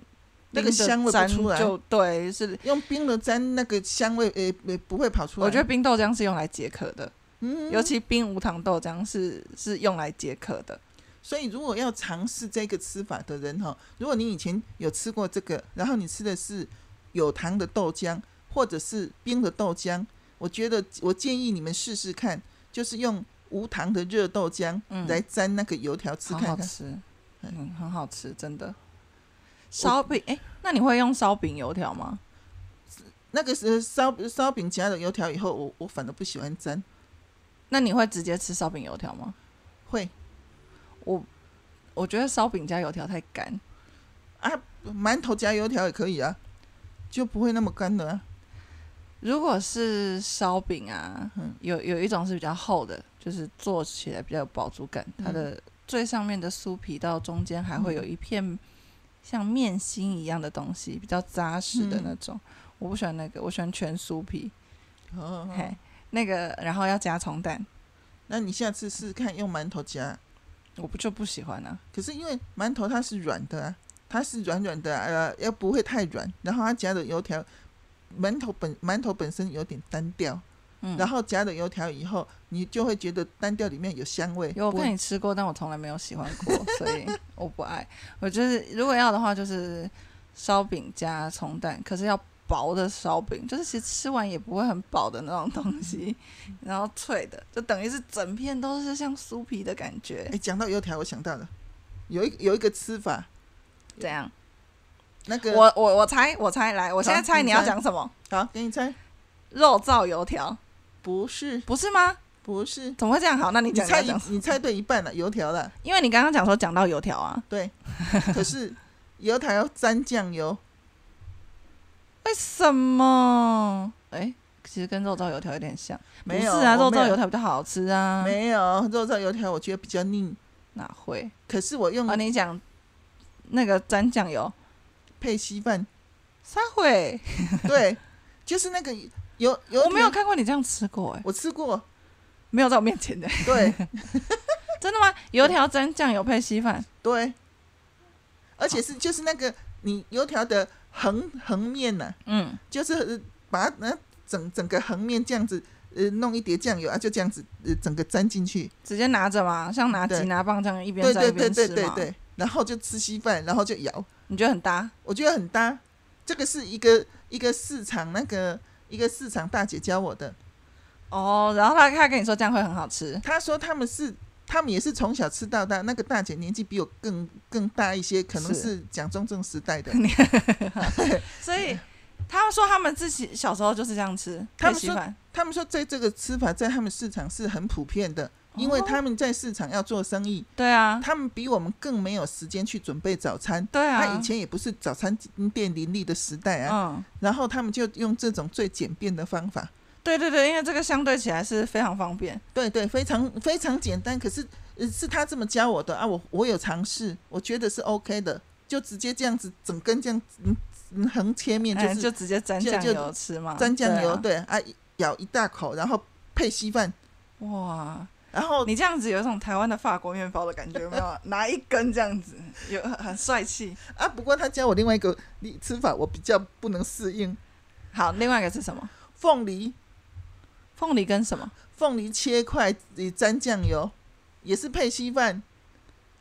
[SPEAKER 2] 那个
[SPEAKER 1] 冰的
[SPEAKER 2] 香味不
[SPEAKER 1] 沾
[SPEAKER 2] 出来
[SPEAKER 1] 就对，是。
[SPEAKER 2] 用冰的沾那个香味，诶、诶不会跑出来。
[SPEAKER 1] 我觉得冰豆浆是用来解渴的，
[SPEAKER 2] 嗯，
[SPEAKER 1] 尤其冰无糖豆浆是是用来解渴的。
[SPEAKER 2] 所以如果要尝试这个吃法的人哈、如果你以前有吃过这个，然后你吃的是有糖的豆浆或者是冰的豆浆，我觉得我建议你们试试看，就是用无糖的热豆浆
[SPEAKER 1] 嗯
[SPEAKER 2] 来沾那个油条吃
[SPEAKER 1] 好
[SPEAKER 2] 看看。
[SPEAKER 1] 好吃，
[SPEAKER 2] 嗯
[SPEAKER 1] 嗯，很好吃，真的。烧饼，哎、那你会用烧饼油条吗？
[SPEAKER 2] 那个是烧烧饼夹了油条以后，我我反而不喜欢沾，
[SPEAKER 1] 那你会直接吃烧饼油条吗？
[SPEAKER 2] 会
[SPEAKER 1] 我我觉得烧饼加油条太干，
[SPEAKER 2] 啊，馒头夹油条也可以啊，就不会那么干了啊。
[SPEAKER 1] 如果是烧饼啊，
[SPEAKER 2] 嗯
[SPEAKER 1] 有有一种是比较厚的，就是做起来比较有饱足感，它的最上面的酥皮到中间还会有一片像面心一样的东西，比较扎实的那种。我不喜欢那个，我喜欢全酥皮，
[SPEAKER 2] 哦，
[SPEAKER 1] 嘿，那个然后要加葱蛋，
[SPEAKER 2] 那你下次试试看用馒头夹，
[SPEAKER 1] 我不就不喜欢啊。
[SPEAKER 2] 可是因为馒头它是软的啊，它是软软的、啊，呃，要不会太软，然后它夹的油条，馒头本馒头本身有点单调，
[SPEAKER 1] 嗯，
[SPEAKER 2] 然后夹了油条以后，你就会觉得单调里面有香味。
[SPEAKER 1] 有我
[SPEAKER 2] 不
[SPEAKER 1] 看你吃过，但我从来没有喜欢 过，所以我不爱。我就是如果要的话，就是烧饼加葱蛋，可是要薄的烧饼，就是其实吃完也不会很饱的那种东西，
[SPEAKER 2] 嗯
[SPEAKER 1] 然后脆的，就等于是整片都是像酥皮的感觉
[SPEAKER 2] 哎、。讲到油条，我想到了，有一有一个吃法，
[SPEAKER 1] 怎样？
[SPEAKER 2] 那个
[SPEAKER 1] 我我我猜，我猜来，我现在猜你要讲什么？
[SPEAKER 2] 好，给你猜，
[SPEAKER 1] 肉燥油条
[SPEAKER 2] 不是
[SPEAKER 1] 不是吗？
[SPEAKER 2] 不是，
[SPEAKER 1] 怎么会这样？好，那你
[SPEAKER 2] 你
[SPEAKER 1] 讲要
[SPEAKER 2] 猜一
[SPEAKER 1] 讲，，
[SPEAKER 2] 你猜对一半了，油 条了。
[SPEAKER 1] 因为你刚刚讲说讲到油条啊，
[SPEAKER 2] 对，可是油条要沾酱油，
[SPEAKER 1] 为什么？哎、其实跟肉燥油条有点像。
[SPEAKER 2] 没有
[SPEAKER 1] 不是啊，
[SPEAKER 2] 我
[SPEAKER 1] 肉
[SPEAKER 2] 没有
[SPEAKER 1] 燥油条比较好吃啊。
[SPEAKER 2] 没有肉燥油条，我觉得比较腻。
[SPEAKER 1] 哪会？
[SPEAKER 2] 可是我用
[SPEAKER 1] 啊，你讲那个沾酱油，
[SPEAKER 2] 配稀饭，
[SPEAKER 1] 啥会？
[SPEAKER 2] 对，就是那个油油
[SPEAKER 1] 我没有
[SPEAKER 2] 条，
[SPEAKER 1] 看过你这样吃过、哎，
[SPEAKER 2] 我吃过，
[SPEAKER 1] 没有在我面前的、
[SPEAKER 2] 对
[SPEAKER 1] 真的吗？油条沾酱油配稀饭，
[SPEAKER 2] 对，而且是就是那个你油条的横横面呢、
[SPEAKER 1] 嗯，
[SPEAKER 2] 就是呃把它呃整整个横面这样子。呃，弄一碟酱油啊，就这样子，呃，整个沾进去，
[SPEAKER 1] 直接拿着嘛，像拿
[SPEAKER 2] 对
[SPEAKER 1] 吉拿棒这样一边
[SPEAKER 2] 对
[SPEAKER 1] 沾
[SPEAKER 2] 对
[SPEAKER 1] 一
[SPEAKER 2] 对
[SPEAKER 1] 边
[SPEAKER 2] 对
[SPEAKER 1] 吃
[SPEAKER 2] 对
[SPEAKER 1] 嘛，
[SPEAKER 2] 对，然后就吃稀饭，然后就咬，
[SPEAKER 1] 你觉得很搭？
[SPEAKER 2] 我觉得很搭。这个是一个一个市场那个一个市场大姐教我的，
[SPEAKER 1] 哦，然后他他跟你说这样会很好吃，
[SPEAKER 2] 她说他们是他们也是从小吃到大。那个大姐年纪比我更更大一些，可能
[SPEAKER 1] 是
[SPEAKER 2] 是蒋中正时 代的。
[SPEAKER 1] 所以他们说他们自己小时候就是这样吃
[SPEAKER 2] 他
[SPEAKER 1] 配
[SPEAKER 2] 们
[SPEAKER 1] 稀
[SPEAKER 2] 说
[SPEAKER 1] 饭，
[SPEAKER 2] 他们说，在这个吃法在他们市场是很普遍的，因为
[SPEAKER 1] 哦
[SPEAKER 2] 他们在市场要做生意，
[SPEAKER 1] 对啊，
[SPEAKER 2] 他们比我们更没有时间去准备早餐。
[SPEAKER 1] 对啊，
[SPEAKER 2] 他以前也不是早餐店林立的时代啊，
[SPEAKER 1] 嗯，
[SPEAKER 2] 然后他们就用这种最简便的方法，
[SPEAKER 1] 对对对，因为这个相对起来是非常方便，
[SPEAKER 2] 对对，非常非常简单。可是呃是他这么教我的啊，我我有尝试，我觉得是 OK 的，就直接这样子整根这样子嗯嗯横切面
[SPEAKER 1] 哎
[SPEAKER 2] 就是
[SPEAKER 1] 就直接沾
[SPEAKER 2] 就
[SPEAKER 1] 酱
[SPEAKER 2] 就
[SPEAKER 1] 油吃嘛，
[SPEAKER 2] 沾酱油，
[SPEAKER 1] 对
[SPEAKER 2] 对啊，咬一大口，然后配稀饭，
[SPEAKER 1] 啊，哇，
[SPEAKER 2] 然后
[SPEAKER 1] 你这样子有一种台湾的法国面包的感觉，有没 有？拿一根这样子，有很帅气。
[SPEAKER 2] 啊，不过他教我另外一个吃法，我比较不能适应，
[SPEAKER 1] 好，另外一个是什么？
[SPEAKER 2] 凤梨
[SPEAKER 1] 凤梨跟什么？
[SPEAKER 2] 凤梨切块呃沾酱油，也是配稀饭。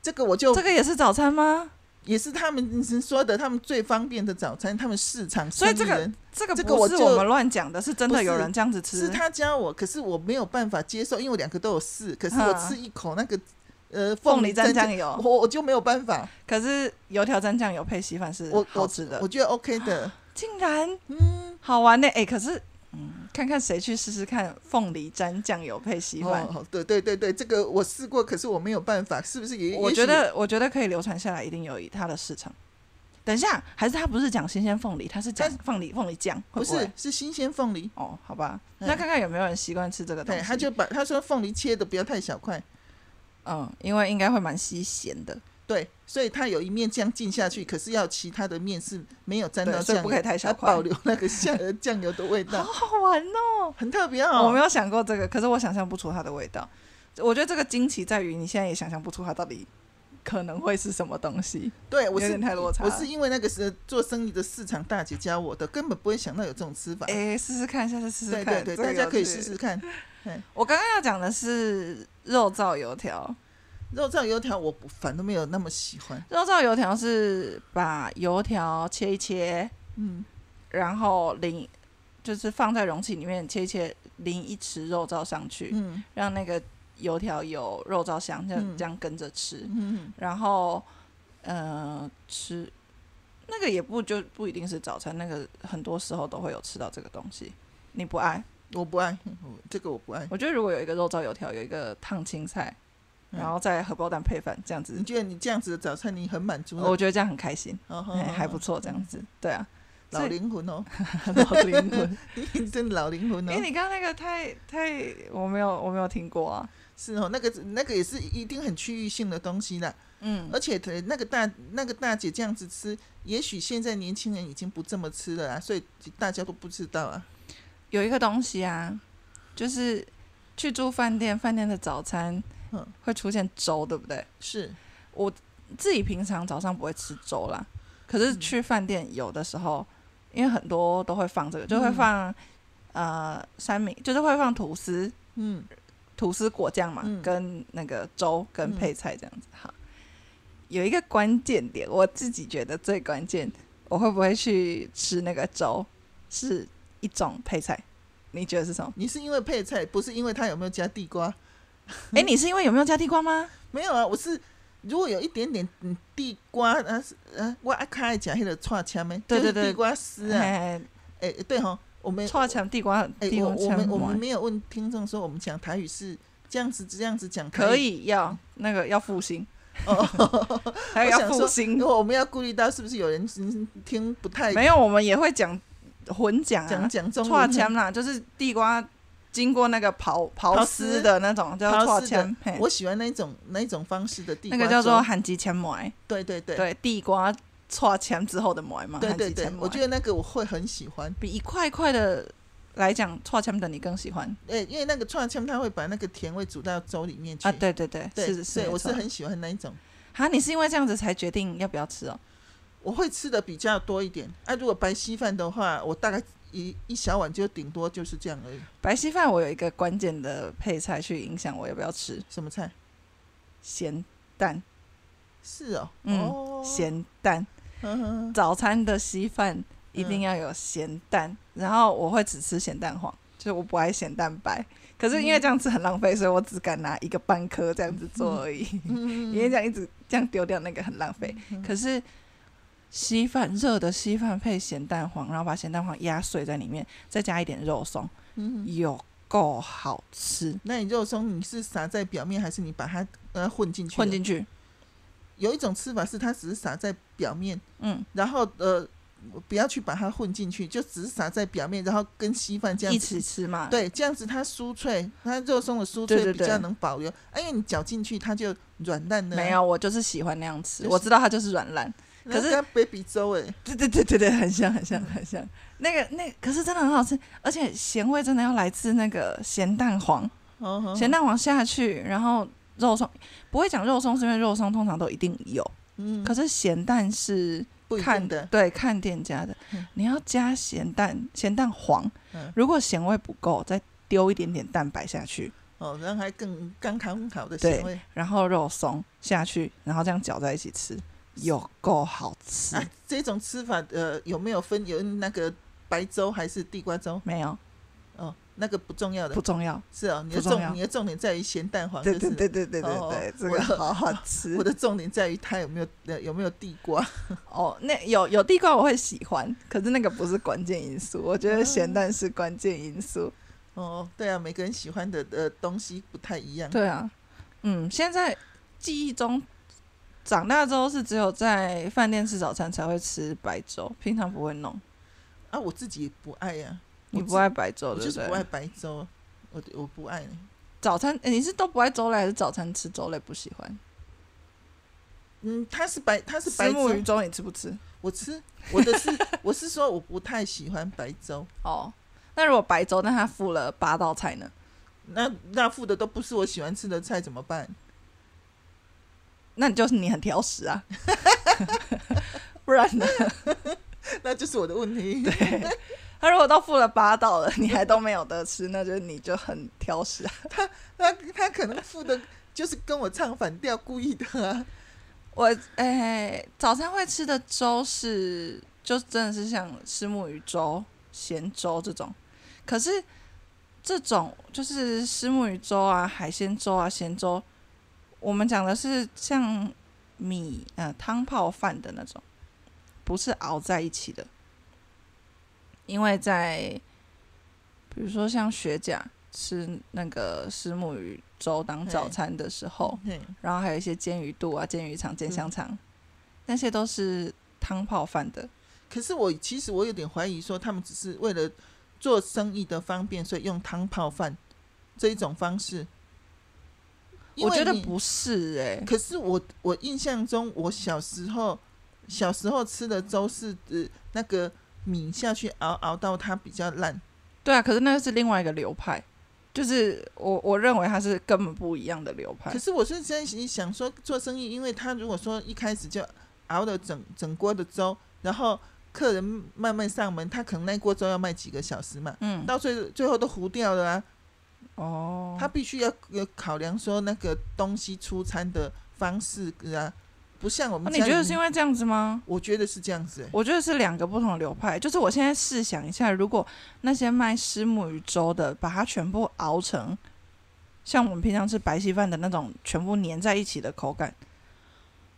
[SPEAKER 2] 这个我就
[SPEAKER 1] 这个也是早餐吗？
[SPEAKER 2] 也是他们嗯说的，他们最方便的早餐，他们市场
[SPEAKER 1] 所以这个
[SPEAKER 2] 生意人
[SPEAKER 1] 这个
[SPEAKER 2] 这个
[SPEAKER 1] 不
[SPEAKER 2] 我
[SPEAKER 1] 是
[SPEAKER 2] 就
[SPEAKER 1] 我们乱讲的，是真
[SPEAKER 2] 不
[SPEAKER 1] 的
[SPEAKER 2] 是
[SPEAKER 1] 有人这样子吃。
[SPEAKER 2] 是他教我，可是我没有办法接受，因为我两个都有试，可是我
[SPEAKER 1] 嗯
[SPEAKER 2] 吃一口那个呃
[SPEAKER 1] 凤
[SPEAKER 2] 梨
[SPEAKER 1] 梨沾
[SPEAKER 2] 酱
[SPEAKER 1] 酱，油，
[SPEAKER 2] 我我就没有办法，
[SPEAKER 1] 可是油条沾酱油配稀饭是
[SPEAKER 2] 我
[SPEAKER 1] 好
[SPEAKER 2] 我
[SPEAKER 1] 吃的啊
[SPEAKER 2] 我，觉得 OK 的，
[SPEAKER 1] 竟然
[SPEAKER 2] 嗯，
[SPEAKER 1] 好玩呢！哎，可是嗯，看看谁去试试看凤梨沾酱油配稀饭。
[SPEAKER 2] 哦，对对对对，这个我试过，可是我没有办法，是不是也？
[SPEAKER 1] 我
[SPEAKER 2] 也
[SPEAKER 1] 觉
[SPEAKER 2] 许
[SPEAKER 1] 得，我觉得可以流传下来，一定有它的市场。等一下，还是他不是讲新鲜凤梨，他是讲凤梨凤梨酱，会
[SPEAKER 2] 不
[SPEAKER 1] 会
[SPEAKER 2] 是是新鲜凤梨，
[SPEAKER 1] 哦，好吧，
[SPEAKER 2] 嗯
[SPEAKER 1] 那看看有没有人习惯吃这个东
[SPEAKER 2] 对，
[SPEAKER 1] 西。
[SPEAKER 2] 他就把他说凤梨切的不要太小块，
[SPEAKER 1] 嗯，因为应该会蛮吸咸的，
[SPEAKER 2] 对，所以它有一面酱浸下去，可是要其他的面是没有沾
[SPEAKER 1] 对
[SPEAKER 2] 到
[SPEAKER 1] 所以
[SPEAKER 2] 酱油，
[SPEAKER 1] 不可以太小
[SPEAKER 2] 它
[SPEAKER 1] 块
[SPEAKER 2] 保留那个酱呃酱油的 味道，
[SPEAKER 1] 好好玩哦！
[SPEAKER 2] 很特别
[SPEAKER 1] 我没
[SPEAKER 2] 哦。
[SPEAKER 1] 有想过这个，可是我想象不出它的味道。我觉得这个惊奇在于你现在也想象不出它到底可能会是什么东西，
[SPEAKER 2] 对，我
[SPEAKER 1] 有
[SPEAKER 2] 是
[SPEAKER 1] 点太落差
[SPEAKER 2] 我
[SPEAKER 1] 了。
[SPEAKER 2] 是因为那个是做生意的市场大姐教我的，根本不会想到有这种吃法。
[SPEAKER 1] 哎，试试看，下次试试
[SPEAKER 2] 对
[SPEAKER 1] 看，
[SPEAKER 2] 对对，
[SPEAKER 1] 这个
[SPEAKER 2] 大家
[SPEAKER 1] 有
[SPEAKER 2] 可以
[SPEAKER 1] 趣
[SPEAKER 2] 试试。看。
[SPEAKER 1] 我刚刚要讲的是肉燥油条，
[SPEAKER 2] 肉燥油条我不反都没有那么喜欢，
[SPEAKER 1] 肉燥油条是把油条切一切，
[SPEAKER 2] 嗯，
[SPEAKER 1] 然后淋，就是放在容器里面切一切，淋一匙肉燥上去，
[SPEAKER 2] 嗯
[SPEAKER 1] 让那个油条有肉燥香，这样、
[SPEAKER 2] 嗯
[SPEAKER 1] 这样跟着吃。
[SPEAKER 2] 嗯，
[SPEAKER 1] 然后，呃，吃那个也不就不一定是早餐，那个很多时候都会有吃到这个东西。你不爱？
[SPEAKER 2] 我不爱，我这个我不爱。
[SPEAKER 1] 我觉得如果有一个肉燥油条，有一个烫青菜，
[SPEAKER 2] 嗯
[SPEAKER 1] 然后再荷包蛋配饭，这样子
[SPEAKER 2] 你，觉得你这样子的早餐你很满足了
[SPEAKER 1] 我觉得这样很开心，
[SPEAKER 2] 哦好
[SPEAKER 1] 哎
[SPEAKER 2] 好
[SPEAKER 1] 还
[SPEAKER 2] 好
[SPEAKER 1] 不错。这样子，对啊，
[SPEAKER 2] 老灵魂哦，
[SPEAKER 1] 老灵魂。
[SPEAKER 2] 你真的老灵魂哦
[SPEAKER 1] 哎、。你刚刚那个太太，我没有我没有听过啊。
[SPEAKER 2] 是哦，那个那个也是一定很区域性的东西啦。
[SPEAKER 1] 嗯，
[SPEAKER 2] 而且呃那个大那个大姐这样子吃，也许现在年轻人已经不这么吃了啊，所以大家都不知道啊。
[SPEAKER 1] 有一个东西啊，就是去住饭店，饭店的早餐
[SPEAKER 2] 嗯
[SPEAKER 1] 会出现粥，对不对？
[SPEAKER 2] 是，
[SPEAKER 1] 自己平常早上不会吃粥啦，可是去饭店有的时候，因为很多都会放这个，就会放、呃三明，就是会放吐司、
[SPEAKER 2] 嗯，
[SPEAKER 1] 吐司果酱嘛，
[SPEAKER 2] 嗯
[SPEAKER 1] 跟那个粥跟
[SPEAKER 2] 嗯
[SPEAKER 1] 配菜这样子。好，有一个关键点，我自己觉得最关键，我会不会去吃那个粥，是一种配菜，你觉得是什么？
[SPEAKER 2] 你是因为配菜，不是因为它有没有加地瓜？嗯
[SPEAKER 1] 哎、你是因为有没有加地瓜吗？
[SPEAKER 2] 没有啊，我是如果有一点点嗯地瓜，啊是啊，我爱看爱讲那个串签的，
[SPEAKER 1] 对对
[SPEAKER 2] 就是
[SPEAKER 1] 对
[SPEAKER 2] 地瓜丝啊，
[SPEAKER 1] 哎，
[SPEAKER 2] 哎、对哈，我们
[SPEAKER 1] 错成地瓜，
[SPEAKER 2] 哎、
[SPEAKER 1] 地
[SPEAKER 2] 我
[SPEAKER 1] 瓜
[SPEAKER 2] 我
[SPEAKER 1] 签
[SPEAKER 2] 们我们
[SPEAKER 1] 完
[SPEAKER 2] 没有问听众说我们讲台语是这样子这样子讲台语
[SPEAKER 1] 可以要那个要复兴，
[SPEAKER 2] 哦，
[SPEAKER 1] 还有
[SPEAKER 2] 我
[SPEAKER 1] 要
[SPEAKER 2] 想
[SPEAKER 1] 复
[SPEAKER 2] 说
[SPEAKER 1] 兴
[SPEAKER 2] 因为，我们要顾虑到是不是有人嗯听不太
[SPEAKER 1] 没有我们也会讲混讲
[SPEAKER 2] 讲
[SPEAKER 1] 啊，
[SPEAKER 2] 讲中
[SPEAKER 1] 错
[SPEAKER 2] 文，
[SPEAKER 1] 签啦，就是地瓜经过那个刨刨
[SPEAKER 2] 刨
[SPEAKER 1] 丝
[SPEAKER 2] 丝
[SPEAKER 1] 的那种叫
[SPEAKER 2] 刨
[SPEAKER 1] 错
[SPEAKER 2] 丝
[SPEAKER 1] 签，嘿
[SPEAKER 2] 我喜欢那一种那一种方式的地瓜
[SPEAKER 1] 那
[SPEAKER 2] 粥，
[SPEAKER 1] 个叫做韩籍签馍，
[SPEAKER 2] 对对对
[SPEAKER 1] 对，地瓜错签之后的馍嘛，
[SPEAKER 2] 对
[SPEAKER 1] 韩
[SPEAKER 2] 对
[SPEAKER 1] 籍
[SPEAKER 2] 对
[SPEAKER 1] 签，馍
[SPEAKER 2] 我，觉得那个我会很喜欢，
[SPEAKER 1] 比一块一块的来讲错签的你更喜欢
[SPEAKER 2] 哎，因为那个串签它会把那个甜味煮到粥里面去
[SPEAKER 1] 啊？对对对，
[SPEAKER 2] 对
[SPEAKER 1] 是是
[SPEAKER 2] 对
[SPEAKER 1] 没
[SPEAKER 2] 我是
[SPEAKER 1] 错
[SPEAKER 2] 很喜欢那一种，
[SPEAKER 1] 啊，你是因为这样子才决定要不要吃哦？
[SPEAKER 2] 我会吃的比较多一点。啊，如果白稀饭的话，我大概一一小碗就顶多就是这样而已。
[SPEAKER 1] 白稀饭我有一个关键的配菜去影响我要不要吃
[SPEAKER 2] 什么菜？
[SPEAKER 1] 咸蛋，
[SPEAKER 2] 是哦，
[SPEAKER 1] 嗯
[SPEAKER 2] 哦，
[SPEAKER 1] 咸蛋
[SPEAKER 2] 呵呵，
[SPEAKER 1] 早餐的稀饭
[SPEAKER 2] 嗯
[SPEAKER 1] 一定要有咸蛋，然后我会只吃咸蛋黄，就是我不爱咸蛋白。可可是因为这样子很浪费，所以我只敢拿一个半颗这样子做而已。
[SPEAKER 2] 嗯
[SPEAKER 1] 因为这样一直这样丢掉那个很浪费。可是稀饭热的稀饭配咸蛋黄，然后把咸蛋黄压碎在里面，再加一点肉松，
[SPEAKER 2] 嗯，
[SPEAKER 1] 有够好吃。
[SPEAKER 2] 那你肉松你是撒在表面，还是你把它呃混进去？
[SPEAKER 1] 混。进去，
[SPEAKER 2] 有一种吃法是它只是撒在表面，
[SPEAKER 1] 嗯，
[SPEAKER 2] 然后呃不要去把它混进去，就只是撒在表面，然后跟稀饭这样
[SPEAKER 1] 一
[SPEAKER 2] 子
[SPEAKER 1] 起吃嘛。
[SPEAKER 2] 对，这样子它酥脆，它肉松的酥
[SPEAKER 1] 对
[SPEAKER 2] 脆
[SPEAKER 1] 对
[SPEAKER 2] 比
[SPEAKER 1] 对
[SPEAKER 2] 较能保留。啊，因为你搅进去它就软烂啊的、
[SPEAKER 1] 没，有，我就是喜欢那样吃。
[SPEAKER 2] 就是
[SPEAKER 1] 我知道它就是软烂，可是
[SPEAKER 2] baby 粥哎、
[SPEAKER 1] 对对对对对，很像很像很像。那个那可是真的很好吃，而且咸味真的要来自那个咸蛋黄，
[SPEAKER 2] 哦哦
[SPEAKER 1] 咸蛋黄下去，然后肉松不会讲肉松，是因为肉松通常都一定有，
[SPEAKER 2] 嗯，
[SPEAKER 1] 可是咸蛋是
[SPEAKER 2] 不一
[SPEAKER 1] 看
[SPEAKER 2] 定的，
[SPEAKER 1] 对看店家的
[SPEAKER 2] 嗯，
[SPEAKER 1] 你要加咸蛋咸蛋黄
[SPEAKER 2] 嗯，
[SPEAKER 1] 如果咸味不够，再丢一点点蛋白下去，
[SPEAKER 2] 哦，让它更刚刚好的啊
[SPEAKER 1] 对
[SPEAKER 2] 咸味
[SPEAKER 1] 然后肉松下去，然后这样搅在一起吃，有够好吃。
[SPEAKER 2] 啊。这种吃法呃有没有分有那个白粥还是地瓜粥？
[SPEAKER 1] 没有
[SPEAKER 2] 哦，那个不重要的
[SPEAKER 1] 不，重要，
[SPEAKER 2] 是哦，你的
[SPEAKER 1] 不重要
[SPEAKER 2] 重你的重点在于咸蛋黄，
[SPEAKER 1] 对
[SPEAKER 2] 就
[SPEAKER 1] 对
[SPEAKER 2] 是。
[SPEAKER 1] 对对对对
[SPEAKER 2] 哦
[SPEAKER 1] 对，这
[SPEAKER 2] 我
[SPEAKER 1] 个
[SPEAKER 2] 的
[SPEAKER 1] 好好吃
[SPEAKER 2] 我的重点在于它有没有呃有没有地瓜，
[SPEAKER 1] 哦。那有有地瓜我会喜欢，可是那个不是关键因素，我觉得咸蛋是关键因素。
[SPEAKER 2] 哦，对啊，每个人喜欢的呃东西不太一样，
[SPEAKER 1] 对啊，嗯，现在记忆中长大之后是只有在饭店吃早餐才会吃白粥，平常不会弄。
[SPEAKER 2] 啊，我自己也不爱呀、啊，
[SPEAKER 1] 你
[SPEAKER 2] 我
[SPEAKER 1] 不爱白粥
[SPEAKER 2] 我
[SPEAKER 1] 对
[SPEAKER 2] 就是
[SPEAKER 1] 对？
[SPEAKER 2] 不爱白粥啊，我我不爱、
[SPEAKER 1] 早餐、诶你是都不爱粥类，还是早餐吃粥类不喜欢？
[SPEAKER 2] 嗯，它是白，它是白
[SPEAKER 1] 石木鱼
[SPEAKER 2] 粥，
[SPEAKER 1] 粥你嗯吃不吃？
[SPEAKER 2] 我吃我的是 我是说我不太喜欢白粥，
[SPEAKER 1] 哦，那如果白粥，那他付了八道菜呢？
[SPEAKER 2] 那那附的都不是我喜欢吃的菜怎么办？
[SPEAKER 1] 那你就是你很挑食啊， 不然呢？
[SPEAKER 2] 那就是我的问题。
[SPEAKER 1] 他如果都付了八道了，你还都没有得吃，那就是你就很挑食啊。
[SPEAKER 2] 那他可能附的就是跟我唱反调，故意的啊。
[SPEAKER 1] 我哎、早餐会吃的粥是，就真的是像石木鱼粥、咸粥这种。可是这种就是石木鱼粥啊、海鲜粥啊、咸粥，我们讲的是像米呃汤泡饭的那种，不是熬在一起的。因为在比如说像学甲吃那个石木鱼粥当早
[SPEAKER 2] 嘿
[SPEAKER 1] 餐的时候，
[SPEAKER 2] 嘿
[SPEAKER 1] 然后还有一些煎鱼肚啊、煎鱼
[SPEAKER 2] 嗯
[SPEAKER 1] 肠、煎香肠，那些都是汤泡饭的。
[SPEAKER 2] 可是我其实我有点怀疑，说他们只是为了做生意的方便，所以用汤泡饭这一种方式。因
[SPEAKER 1] 我
[SPEAKER 2] 为
[SPEAKER 1] 觉得
[SPEAKER 2] 你
[SPEAKER 1] 不是哎、
[SPEAKER 2] 可是我我印象中，我小时候小时候吃的粥是呃那个米下去熬熬到它比较烂，
[SPEAKER 1] 对啊，可是那是另外一个流派，就是我我认为它是根本不一样的流派
[SPEAKER 2] 可。是我是在想说做生意，因为他如果说一开始就熬了整整锅的粥，然后客人慢慢上门，他可能那锅粥要卖几个小时嘛，
[SPEAKER 1] 嗯，
[SPEAKER 2] 到最最后都糊掉了啊。
[SPEAKER 1] 哦，
[SPEAKER 2] 他必须要要考量说那个东西出餐的方式啊，不像我
[SPEAKER 1] 啊
[SPEAKER 2] 们
[SPEAKER 1] 你
[SPEAKER 2] 家里
[SPEAKER 1] 觉
[SPEAKER 2] 面、
[SPEAKER 1] 得是因为这样子吗？
[SPEAKER 2] 我觉得是这样子、欸，
[SPEAKER 1] 我觉得是两个不同的流派。就是我现在试想一下，如果那些卖虱目鱼粥的，把它全部熬成像我们平常吃白稀饭的那种全部粘在一起的口感，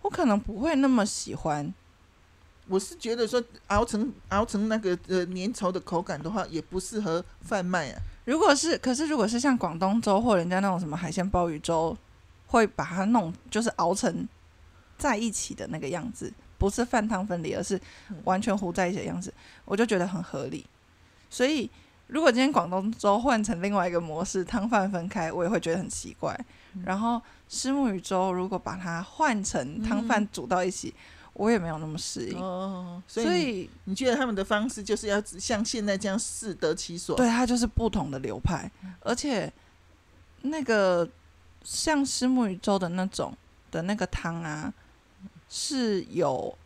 [SPEAKER 1] 我可能不会那么喜欢。
[SPEAKER 2] 我是觉得说熬成熬成那个呃粘稠的口感的话，也不适合贩卖啊。
[SPEAKER 1] 如果是，可是如果是像广东粥或人家那种什么海鲜鲍鱼粥，会把它弄就是熬成在一起的那个样子，不是饭汤分离，而是
[SPEAKER 2] 嗯
[SPEAKER 1] 完全糊在一起的样子，我就觉得很合理。所以如果今天广东粥换成另外一个模式，汤饭分开，我也会觉得很奇怪。
[SPEAKER 2] 嗯
[SPEAKER 1] 然后虱目鱼粥如果把它换成汤饭煮到一起，我也没有那么适应。
[SPEAKER 2] 嗯哦，所
[SPEAKER 1] 所
[SPEAKER 2] 以
[SPEAKER 1] 以
[SPEAKER 2] 你你觉得他们的方式就是要像现在这样适得其所？
[SPEAKER 1] 对，它就是不同的流派，
[SPEAKER 2] 嗯
[SPEAKER 1] 而且那个像石木鱼粥的那种的那个汤啊，
[SPEAKER 2] 嗯
[SPEAKER 1] 是有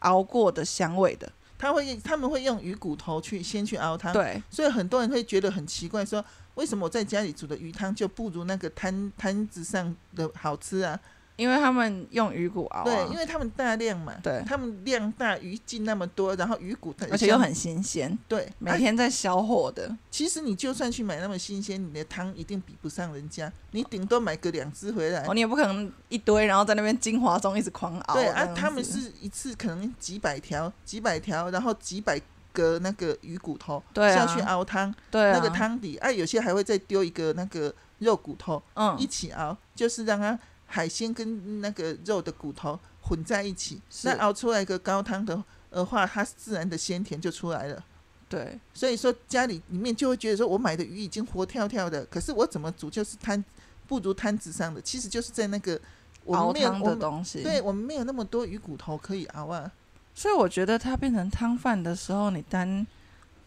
[SPEAKER 1] 熬过的香味的。
[SPEAKER 2] 他会他们会用鱼骨头去先去熬汤，
[SPEAKER 1] 对，
[SPEAKER 2] 所以很多人会觉得很奇怪说为什么我在家里煮的鱼汤就不如那个摊摊子上的好吃啊？
[SPEAKER 1] 因为他们用鱼骨熬、啊，
[SPEAKER 2] 对，因为他们大量嘛，
[SPEAKER 1] 对
[SPEAKER 2] 他们量大，鱼进那么多，然后鱼骨它
[SPEAKER 1] 而且又很新鲜，
[SPEAKER 2] 对，
[SPEAKER 1] 每天在销货的。
[SPEAKER 2] 其实你就算去买那么新鲜，你的汤一定比不上人家，你顶多买个两只回来。
[SPEAKER 1] 哦，你也不可能一堆，然后在那边精华中一直狂熬。
[SPEAKER 2] 对
[SPEAKER 1] 这样
[SPEAKER 2] 啊，
[SPEAKER 1] 子
[SPEAKER 2] 他们是一次可能几百条、几百条，然后几百个那个鱼骨头
[SPEAKER 1] 对啊
[SPEAKER 2] 下去熬汤，
[SPEAKER 1] 对、啊、
[SPEAKER 2] 那个，汤底啊，有些还会再丢一个那个肉骨头
[SPEAKER 1] 嗯
[SPEAKER 2] 一，起熬，就是让它海鲜跟那个肉的骨头混在一起，
[SPEAKER 1] 是
[SPEAKER 2] 那熬出来一个高汤的的话，它自然的鲜甜就出来了。
[SPEAKER 1] 对，
[SPEAKER 2] 所以说家里里面就会觉得说我买的鱼已经活跳跳的，可是我怎么煮就是摊不如摊子上的，其实就是在那个我
[SPEAKER 1] 熬
[SPEAKER 2] 们没有
[SPEAKER 1] 汤
[SPEAKER 2] 我
[SPEAKER 1] 的
[SPEAKER 2] 们
[SPEAKER 1] 东西。
[SPEAKER 2] 对，我们没有那么多鱼骨头可以熬啊，
[SPEAKER 1] 所以我觉得它变成汤饭的时候，你单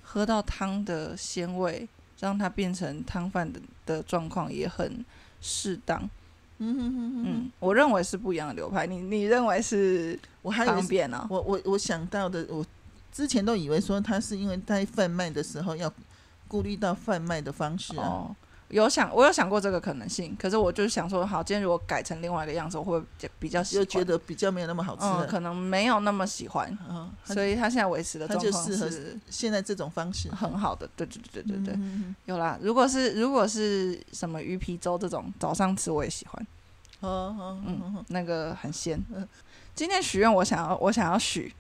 [SPEAKER 1] 喝到汤的鲜味，让它变成汤饭的的状况也很适当。
[SPEAKER 2] 嗯哼哼哼哼，
[SPEAKER 1] 嗯，我认为是不一样的流派。你你认为是
[SPEAKER 2] 我还以为
[SPEAKER 1] 方
[SPEAKER 2] 是
[SPEAKER 1] 便哦呢、
[SPEAKER 2] 我我我想到的，我之前都以为说他是因为在贩卖的时候要顾虑到贩卖的方式啊，
[SPEAKER 1] 哦，有想我有想过这个可能性，可是我就想说，好，今天如果改成另外一个样子，我会不会比较喜
[SPEAKER 2] 就
[SPEAKER 1] 欢，
[SPEAKER 2] 觉得比较没有那么好吃
[SPEAKER 1] 嗯，
[SPEAKER 2] 了。
[SPEAKER 1] 可能没有那么喜欢，
[SPEAKER 2] 嗯，他
[SPEAKER 1] 所以他现在维持的
[SPEAKER 2] 他
[SPEAKER 1] 状
[SPEAKER 2] 就
[SPEAKER 1] 况
[SPEAKER 2] 适合
[SPEAKER 1] 是
[SPEAKER 2] 现在这种方式，
[SPEAKER 1] 很好的。对 对对对对对，
[SPEAKER 2] 嗯哼哼
[SPEAKER 1] 有啦。如果是如果是什么鱼皮粥这种，早上吃我也喜欢。
[SPEAKER 2] 哼哦哦，
[SPEAKER 1] 嗯
[SPEAKER 2] 嗯，
[SPEAKER 1] 那个很鲜
[SPEAKER 2] 嗯。
[SPEAKER 1] 今天许愿，我想要，我想要许，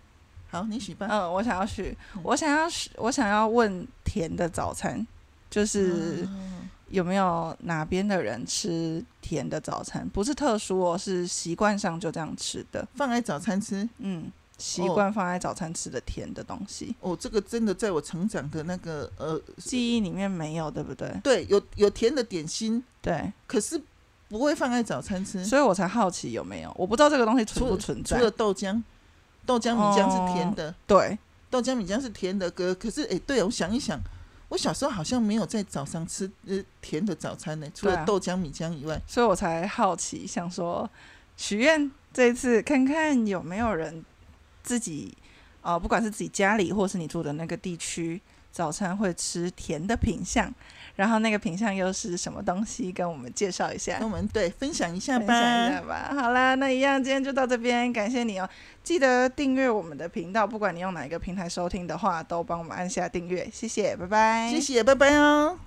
[SPEAKER 2] 好，你许吧。
[SPEAKER 1] 嗯，我想要许
[SPEAKER 2] 嗯，
[SPEAKER 1] 我想要许，我想要问甜的早餐，就是
[SPEAKER 2] 嗯
[SPEAKER 1] 有没有哪边的人吃甜的早餐？不是特殊哦，是习惯上就这样吃的，
[SPEAKER 2] 放在早餐吃，
[SPEAKER 1] 嗯，习惯放在早餐吃的甜的东西，
[SPEAKER 2] 哦，这个真的在我成长的那个呃，
[SPEAKER 1] 记忆里面没有，对不对？
[SPEAKER 2] 对，有有甜的点心，
[SPEAKER 1] 对，
[SPEAKER 2] 可是不会放在早餐吃，
[SPEAKER 1] 所以我才好奇有没有，我不知道这个东西存
[SPEAKER 2] 嗯除
[SPEAKER 1] 不存
[SPEAKER 2] 除
[SPEAKER 1] 在。
[SPEAKER 2] 了豆浆，豆浆米浆是甜
[SPEAKER 1] 哦
[SPEAKER 2] 的。
[SPEAKER 1] 对，
[SPEAKER 2] 豆浆米浆是甜的，可可是哎、对我想一想，我小时候好像没有在早上吃呃甜的早餐呢、除
[SPEAKER 1] 对
[SPEAKER 2] 了
[SPEAKER 1] 啊
[SPEAKER 2] 豆浆米浆以外，
[SPEAKER 1] 所以我才好奇，想说许愿这一次看看有没有人自己啊、呃不管是自己家里或是你住的那个地区，早餐会吃甜的品相，然后那个品相又是什么东西，跟我们介绍一下
[SPEAKER 2] 那。我们对分享一下
[SPEAKER 1] 分享一
[SPEAKER 2] 吧
[SPEAKER 1] 下。吧。好啦，那一样今天就到这边，感谢你哦！记得订阅我们的频道，不管你用哪一个平台收听的话，都帮我们按下订阅，谢谢，拜拜。
[SPEAKER 2] 谢谢，拜拜哦。